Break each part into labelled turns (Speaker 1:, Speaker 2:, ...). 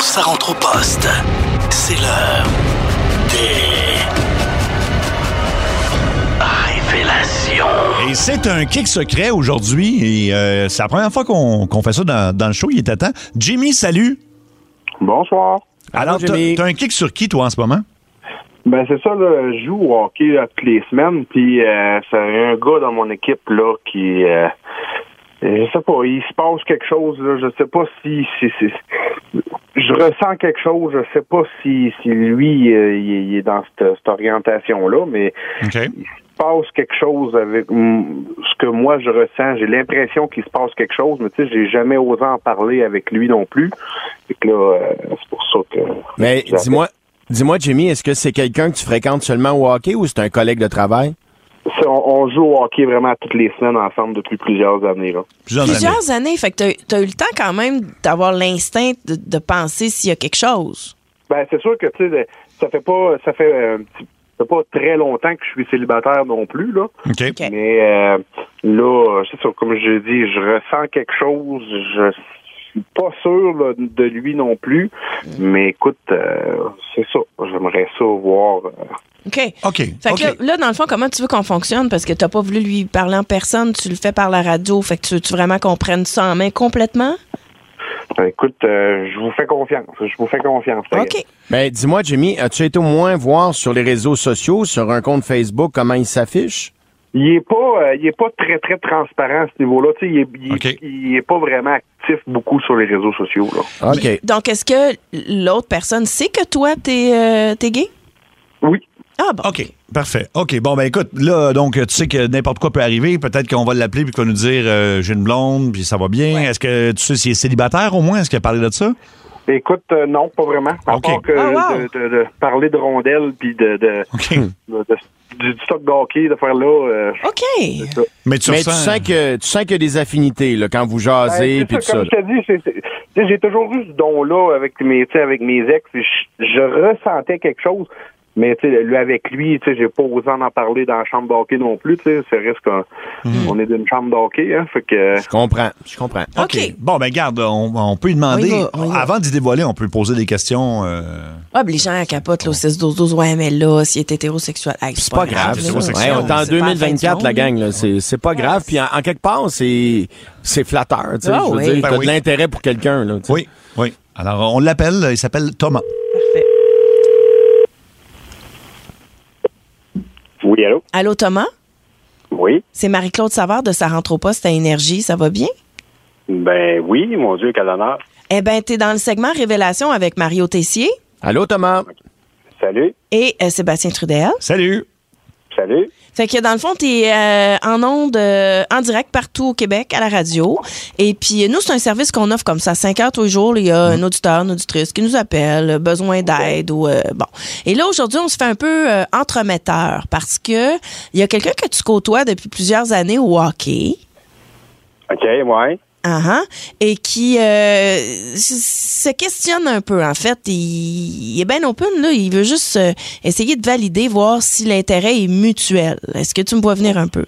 Speaker 1: ça rentre au poste. C'est l'heure des révélations.
Speaker 2: Et c'est un kick secret aujourd'hui. Et euh, c'est la première fois qu'on qu'on fait ça dans, dans le show. Il était temps. Jimmy, salut.
Speaker 3: Bonsoir.
Speaker 2: Alors, t'as
Speaker 4: Jimmy.
Speaker 2: t'as un kick sur qui, toi, en ce moment?
Speaker 3: Ben c'est ça, là, je joue au hockey là, toutes les semaines, puis euh, c'est un gars dans mon équipe là qui euh, je sais pas, il se passe quelque chose, là, je sais pas si, si, si- je ressens quelque chose, je sais pas si, si lui euh, il, est- il est dans cette, cette orientation là, mais
Speaker 2: OK.
Speaker 3: se passe quelque chose avec mm, ce que moi je ressens. J'ai l'impression qu'il se passe quelque chose, mais tu sais, j'ai jamais osé en parler avec lui non plus. Fait que là, euh, c'est pour ça que.
Speaker 4: Mais
Speaker 3: J'appelle.
Speaker 4: dis-moi, dis-moi, Jimmy, est-ce que c'est quelqu'un que tu fréquentes seulement au hockey ou c'est un collègue de travail?
Speaker 3: Ça, on, on joue au hockey vraiment toutes les semaines ensemble depuis plusieurs années. Là.
Speaker 2: Plusieurs, années.
Speaker 5: Plusieurs années. Fait que t'as- t'as eu le temps quand même d'avoir l'instinct de, de penser s'il y a quelque chose.
Speaker 3: Ben, c'est sûr que tu sais, ça fait pas ça fait euh, un petit- ça fait pas très longtemps que je suis célibataire non plus, là.
Speaker 2: OK.
Speaker 5: OK.
Speaker 3: Mais euh, là, c'est sûr, comme je dis, je ressens quelque chose. Je suis pas sûr là, de lui non plus. Mais écoute, euh, c'est ça. J'aimerais ça voir. euh,
Speaker 5: OK.
Speaker 2: OK.
Speaker 5: Fait
Speaker 2: OK.
Speaker 5: que là, là, dans le fond, comment tu veux qu'on fonctionne? Parce que t'as pas voulu lui parler en personne, tu le fais par la radio. Fait que tu veux-tu vraiment qu'on prenne ça en main complètement?
Speaker 3: Ben, écoute, euh, je vous fais confiance. Je vous fais confiance.
Speaker 5: OK.
Speaker 4: Ben, dis-moi, Jimmy, as-tu été au moins voir sur les réseaux sociaux, sur un compte Facebook, comment il s'affiche?
Speaker 3: Il est pas, euh, il est pas très très transparent à ce niveau-là. Tu sais, il est, il,
Speaker 2: Ok.
Speaker 3: il est pas vraiment actif beaucoup sur les réseaux sociaux. Là.
Speaker 5: Ah,
Speaker 4: OK.
Speaker 5: Donc, est-ce que l'autre personne sait que toi, t'es euh, t'es gay?
Speaker 3: Oui.
Speaker 5: Ah bon.
Speaker 2: OK. Parfait. OK. Bon, ben écoute, là, donc, tu sais que n'importe quoi peut arriver. Peut-être qu'on va l'appeler puis qu'on va nous dire euh, j'ai une blonde, puis ça va bien. Est-ce que tu sais s'il est célibataire au moins? Est-ce qu'il a parlé de ça?
Speaker 3: Écoute, euh, non, pas vraiment. À
Speaker 2: Ok.
Speaker 3: part que
Speaker 5: Ah, wow.
Speaker 3: de, de- de parler de rondelles puis de, de,
Speaker 2: OK.
Speaker 5: Hmm.
Speaker 3: de- de- du, du stock d'hockey, de faire là. euh,
Speaker 5: OK.
Speaker 2: Mais tu
Speaker 4: Mais tu
Speaker 2: ressens-
Speaker 4: sens que tu sens qu'il y a des affinités là, quand vous
Speaker 3: ben,
Speaker 4: jasez
Speaker 3: c'est
Speaker 4: puis tout
Speaker 3: ça,
Speaker 4: ça.
Speaker 3: comme
Speaker 4: là.
Speaker 3: je te dis, c'est- c'est- tu sais, j'ai toujours eu ce don-là avec mes, tu sais, avec mes ex. Je, je ressentais quelque chose, mais tu sais, lui avec lui, tu sais, j'ai pas osé en parler dans la chambre d'hockey non plus. Tu sais, c'est risque qu'on
Speaker 4: Mhm.
Speaker 3: on est d'une chambre d'hockey, hein, fait que.
Speaker 4: Je comprends, je comprends.
Speaker 2: OK.
Speaker 5: OK.
Speaker 2: Bon, ben garde, on, on peut lui demander.
Speaker 5: On y va, on y va.
Speaker 2: Avant d'y dévoiler, on peut poser des questions. euh,
Speaker 5: Ah, ben, les gens à capote, là, au 6-12-12, ouais, mais là, s'il est hétérosexuel, hey,
Speaker 4: C'est pas grave.
Speaker 2: grave,
Speaker 4: ça.
Speaker 5: là.
Speaker 2: c'est
Speaker 4: Ouais, on est en
Speaker 5: C'est pas la fin du
Speaker 4: 2024, la
Speaker 5: monde.
Speaker 4: gang. là. C'est c'est pas grave. Puis en, en quelque part, c'est c'est flatteur. tu sais.
Speaker 5: Ah
Speaker 4: je veux
Speaker 5: oui.
Speaker 4: dire,
Speaker 2: Ben
Speaker 4: t'as
Speaker 2: oui.
Speaker 4: de l'intérêt pour quelqu'un. là, tu sais.
Speaker 2: Oui, oui. Alors, on l'appelle. Il s'appelle Thomas.
Speaker 5: Parfait.
Speaker 3: Oui, allô?
Speaker 5: Allô, Thomas?
Speaker 3: Oui.
Speaker 5: C'est Marie-Claude Savard de Sa rentre au poste à Énergie. Ça va bien?
Speaker 3: Ben oui, mon Dieu, quel honneur.
Speaker 5: Eh bien, t'es dans le segment Révélation avec Mario Tessier
Speaker 4: Allô, Thomas?
Speaker 3: Salut.
Speaker 5: et euh, Sébastien Trudel.
Speaker 2: Salut.
Speaker 3: Salut.
Speaker 5: Fait que dans le fond, t'es euh, en onde, euh, en direct partout au Québec, à la radio. Et puis, euh, nous, c'est un service qu'on offre comme ça. 5 heures tous les jours, il y a un auditeur, une auditrice qui nous appelle, euh, besoin d'aide ou... euh, bon. Et là, aujourd'hui, on se fait un peu euh, entremetteur parce que il y a quelqu'un que tu côtoies depuis plusieurs années au hockey.
Speaker 3: OK, ouais.
Speaker 5: Ah ah. et qui euh, s- se questionne un peu en fait. Il, il est bien open là, il veut juste euh, essayer de valider, voir si l'intérêt est mutuel. Est-ce que tu me vois venir un peu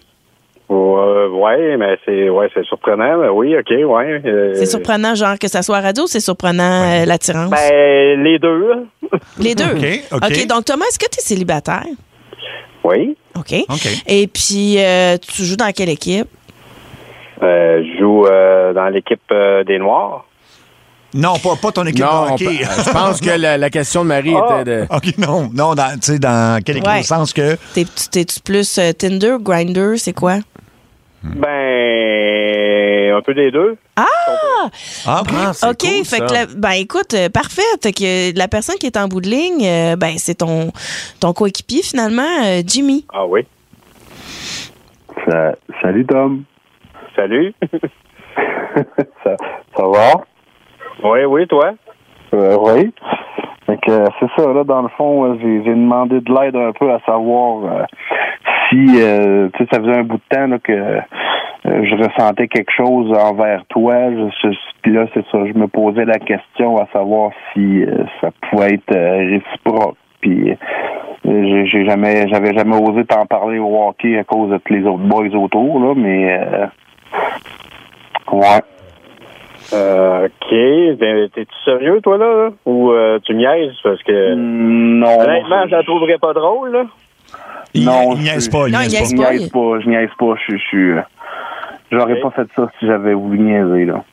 Speaker 3: Ouais, ouais, mais c'est ouais, c'est surprenant. mais oui, ok, ouais. euh,
Speaker 5: C'est surprenant, genre que ça soit à radio, c'est surprenant euh, l'attirance.
Speaker 3: Ben les deux. là.
Speaker 5: Les deux.
Speaker 2: OK, OK.
Speaker 5: donc Thomas, est-ce que tu es célibataire
Speaker 3: Oui.
Speaker 5: Ok.
Speaker 2: OK.
Speaker 5: Et puis euh, tu joues dans quelle équipe
Speaker 3: Euh, je joue euh, dans l'équipe euh, des Noirs.
Speaker 2: Non, pas, pas ton équipe de
Speaker 4: Non, on
Speaker 2: hockey.
Speaker 4: peut- je pense que la, la question de Marie
Speaker 3: Ah.
Speaker 4: était de.
Speaker 2: OK, non. Non, dans- tu sais, dans quel
Speaker 5: Ouais.
Speaker 2: sens que.
Speaker 5: T'es- tu- T'es-tu plus euh, Tinder, Grinder, c'est quoi Hmm.
Speaker 3: Ben un peu des deux.
Speaker 2: Ah, bon.
Speaker 4: Ah, c'est
Speaker 5: OK,
Speaker 4: cool,
Speaker 5: fait
Speaker 4: ça.
Speaker 5: que la- ben écoute, euh, parfait. Fait que euh, la personne qui est en bout de ligne, euh, ben c'est ton, ton coéquipier finalement, euh, Jimmy.
Speaker 3: Ah oui.
Speaker 6: Euh, salut Tom,
Speaker 3: Salut.
Speaker 6: ça, ça va?
Speaker 3: oui, oui, toi.
Speaker 6: Euh, oui. Fait que, euh, c'est ça, là, dans le fond, euh, j'ai j'ai demandé de l'aide un peu à savoir euh, si, euh, tu sais, ça faisait un bout de temps là, que euh, je ressentais quelque chose envers toi. Je, je- puis là, c'est ça, je me posais la question à savoir si euh, ça pouvait être euh, réciproque. Puis euh, j'ai j'ai jamais, j'avais jamais osé t'en parler au hockey à cause de tous les autres boys autour, là, mais euh, ouais.
Speaker 3: Euh, OK. Ben, T'es-tu sérieux, toi, là? là? Ou euh, tu niaises? Parce que,
Speaker 6: Hmm. Non.
Speaker 3: honnêtement, je la trouverais pas drôle, là.
Speaker 2: Il,
Speaker 6: Non,
Speaker 2: il
Speaker 6: je-
Speaker 2: niaise pas, il
Speaker 5: Non,
Speaker 2: niaise
Speaker 5: il
Speaker 2: pas.
Speaker 5: niaise
Speaker 6: Je niaise pas, je niaise pas, je je suis. euh,
Speaker 3: Ok.
Speaker 6: J'aurais pas fait ça si j'avais voulu niaiser, là.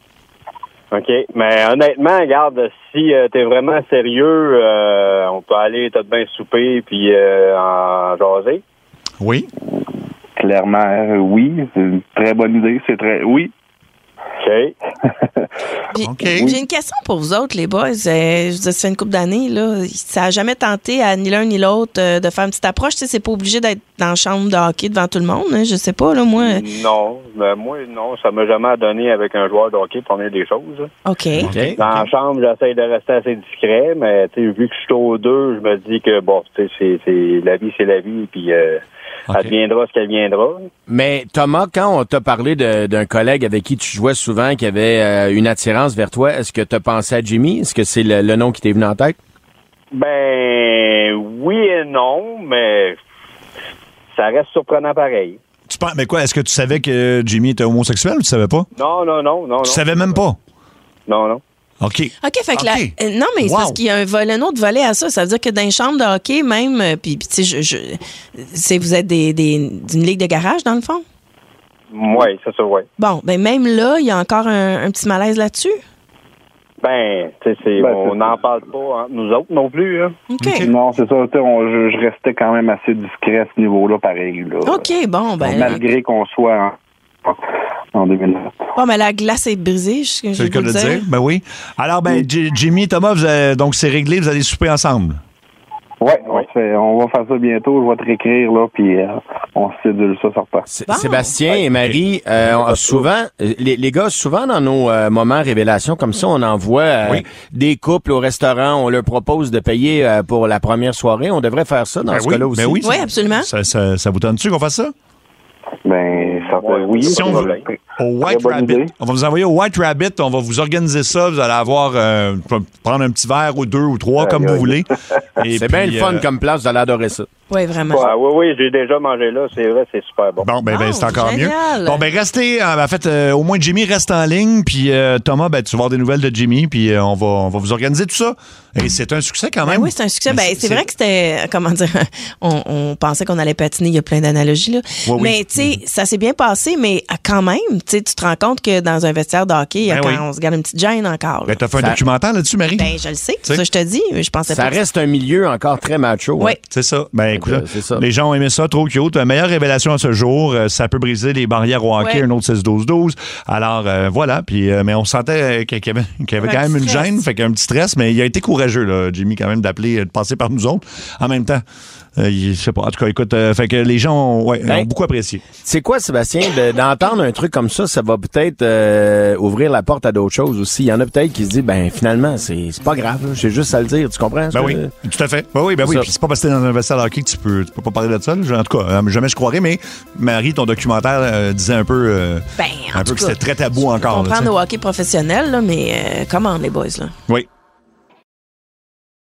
Speaker 3: OK. Mais honnêtement, regarde, si euh, t'es vraiment sérieux, euh, on peut aller tout de bien souper puis euh, en jaser.
Speaker 2: Oui.
Speaker 6: Clairement, euh, oui, c'est une très bonne idée, c'est très. Oui.
Speaker 3: OK.
Speaker 5: Puis,
Speaker 2: OK.
Speaker 5: J'ai une question pour vous autres, les boys. Euh, je vous ça fait une couple d'années, là. Ça n'a jamais tenté à ni l'un ni l'autre euh, de faire une petite approche. Tu sais, c'est pas obligé d'être dans la chambre de hockey devant tout le monde. hein. Je sais pas, là, moi.
Speaker 3: Non. Ben, moi, non, ça m'a jamais donné avec un joueur de hockey, première des choses.
Speaker 5: OK.
Speaker 4: OK.
Speaker 3: Dans la chambre, j'essaie de rester assez discret, mais tu sais, vu que je suis aux deux, je me dis que bon, tu sais, c'est, c'est- la vie, c'est la vie, puis euh,
Speaker 2: OK.
Speaker 3: elle viendra ce qu'elle viendra.
Speaker 4: Mais Thomas, quand on t'a parlé de- d'un collègue avec qui tu jouais souvent, qui avait euh, une attirance vers toi, est-ce que t'as pensé à Jimmy? Est-ce que c'est le, le nom qui t'est venu en tête?
Speaker 3: Ben oui et non, mais ça reste surprenant pareil.
Speaker 2: Tu penses, mais quoi, est-ce que tu savais que Jimmy était homosexuel ou tu savais pas?
Speaker 3: Non, non, non, non, non.
Speaker 2: Tu savais même pas?
Speaker 3: Non, non.
Speaker 2: OK.
Speaker 5: OK, fait que
Speaker 2: OK.
Speaker 5: la- euh, non, mais c'est
Speaker 2: Wow.
Speaker 5: parce qu'il y a un, volet, un autre volet à ça. Ça veut dire que dans les chambres de hockey, même, euh, puis, puis, tu sais, je, je- c'est- vous êtes des, des- d'une ligue de garage, dans le fond?
Speaker 3: Oui, ça, ça, ouais.
Speaker 5: Bon, ben même là, il y a encore un, un petit malaise là-dessus.
Speaker 3: Ben, tu sais, c'est-
Speaker 6: Ben,
Speaker 3: on
Speaker 6: c'est-
Speaker 3: n'en parle pas entre nous autres non plus. Hein.
Speaker 5: OK.
Speaker 6: Non, c'est ça, tu sais, on- je, je restais quand même assez discret à ce niveau-là, pareil, là. Euh,
Speaker 5: OK, bon, ben. là-
Speaker 6: Malgré qu'on soit en, en 2009.
Speaker 5: Bon, mais la glace est brisée, je, je
Speaker 2: C'est le cas
Speaker 5: vous
Speaker 2: de
Speaker 5: le
Speaker 2: le
Speaker 5: dire.
Speaker 2: dire. Ben oui. Alors, ben, J- Jimmy, Thomas, vous avez- donc c'est réglé, vous allez souper ensemble.
Speaker 6: Ouais, On, se fait, on va faire ça bientôt, je vais te réécrire, là, puis euh, on se cédule ça sur place.
Speaker 4: Sé-
Speaker 5: Bon.
Speaker 4: Sébastien et Marie, euh, on- souvent, euh, les, les gars, souvent dans nos euh, moments révélations comme ça, on envoie euh,
Speaker 2: Oui.
Speaker 4: des couples au restaurant, on leur propose de payer euh, pour la première soirée. On devrait faire ça dans
Speaker 2: Ben
Speaker 4: ce
Speaker 2: oui,
Speaker 4: cas-là aussi.
Speaker 2: ben oui.
Speaker 5: Oui, absolument.
Speaker 2: Ça, ça- ça vous tente-tu qu'on fasse ça?
Speaker 6: Ben, ça fait
Speaker 3: Ouais,
Speaker 6: oui.
Speaker 3: si
Speaker 6: pas de
Speaker 2: on
Speaker 6: problème.
Speaker 2: Au
Speaker 6: Très
Speaker 2: White
Speaker 6: bonne
Speaker 2: Rabbit.
Speaker 6: idée.
Speaker 2: On va vous envoyer au White Rabbit. On va vous organiser ça. Vous allez avoir euh, prendre un petit verre ou deux ou trois, comme vous voulez. Et
Speaker 4: C'est bien
Speaker 2: puis,
Speaker 4: le fun
Speaker 2: euh,
Speaker 4: comme place, vous allez adorer ça.
Speaker 5: Oui, vraiment.
Speaker 3: Ah oui, oui, j'ai déjà mangé là, c'est vrai, c'est super bon.
Speaker 2: Bon, ben, ben, c'est
Speaker 5: Wow,
Speaker 2: encore
Speaker 5: Ah, génial.
Speaker 2: mieux. Bon, ben, restez. euh, ben, en fait, euh, au moins, Jimmy reste en ligne. Puis, euh, Thomas, ben, tu vas avoir des nouvelles de Jimmy. Puis, euh, on, va, on va vous organiser tout ça. Et c'est un succès quand
Speaker 5: Ben
Speaker 2: même.
Speaker 5: oui, c'est un succès.
Speaker 2: Mais
Speaker 5: Ben, c'est vrai que c'était, comment dire, on, on pensait qu'on allait patiner, il y a plein d'analogies. Là.
Speaker 2: Oui, Mm. oui.
Speaker 5: Mais tu sais, ça s'est bien passé, mais ah, quand même, tu sais, tu te rends compte que dans un vestiaire de hockey, il y a
Speaker 2: Ben
Speaker 5: quand
Speaker 2: oui.
Speaker 5: on se garde une petite gêne encore. là.
Speaker 2: Ben, t'as fait un
Speaker 4: Ça-
Speaker 2: documentaire là-dessus, Marie?
Speaker 5: Ben, je le sais,
Speaker 2: Tu sais.
Speaker 5: ça je te dis, je pensais
Speaker 4: Ça
Speaker 5: pas. que-
Speaker 4: reste un milieu encore très macho.
Speaker 5: Oui.
Speaker 4: hein.
Speaker 2: C'est ça. Ben écoute,
Speaker 4: euh, c'est ça.
Speaker 2: les gens ont aimé ça, trop cute. La meilleure révélation à ce jour, euh, ça peut briser les barrières au hockey,
Speaker 5: Ouais.
Speaker 2: un autre 16-12-12. Alors euh, voilà, puis euh, mais on sentait euh, qu'il y avait, qu'il y avait
Speaker 5: Un
Speaker 2: quand même
Speaker 5: petit
Speaker 2: une
Speaker 5: stress.
Speaker 2: gêne, fait qu'un petit stress, mais il a été courageux, là, Jimmy, quand même, d'appeler, euh, de passer par nous autres. En même temps, euh, il- je sais pas. En tout cas, écoute, euh, fait que les gens ont, ouais,
Speaker 4: Ben.
Speaker 2: ont beaucoup apprécié.
Speaker 4: C'est quoi, Sébastien, de- d'entendre un truc comme ça, ça va peut-être euh, ouvrir la porte à d'autres choses aussi. Il y en a peut-être qui se disent, ben finalement, c'est c'est pas grave, là, j'ai juste à le dire, tu comprends? ce
Speaker 2: Ben
Speaker 4: que-
Speaker 2: oui, tout à fait. Ben oui, ben
Speaker 4: C'est
Speaker 2: oui.
Speaker 4: ça.
Speaker 2: Puis c'est pas parce que t'es dans un vestiaire de hockey que tu peux, tu peux pas parler de ça. là. En tout cas, euh, jamais je croirais, mais Marie, ton documentaire euh, disait un peu, euh,
Speaker 5: Ben, en
Speaker 2: un
Speaker 5: tout
Speaker 2: peu que
Speaker 5: cas,
Speaker 2: c'était très tabou encore.
Speaker 5: On
Speaker 2: là,
Speaker 5: prend
Speaker 2: tu sais.
Speaker 5: au hockey professionnel, là, mais euh, comment les boys, là?
Speaker 2: Oui,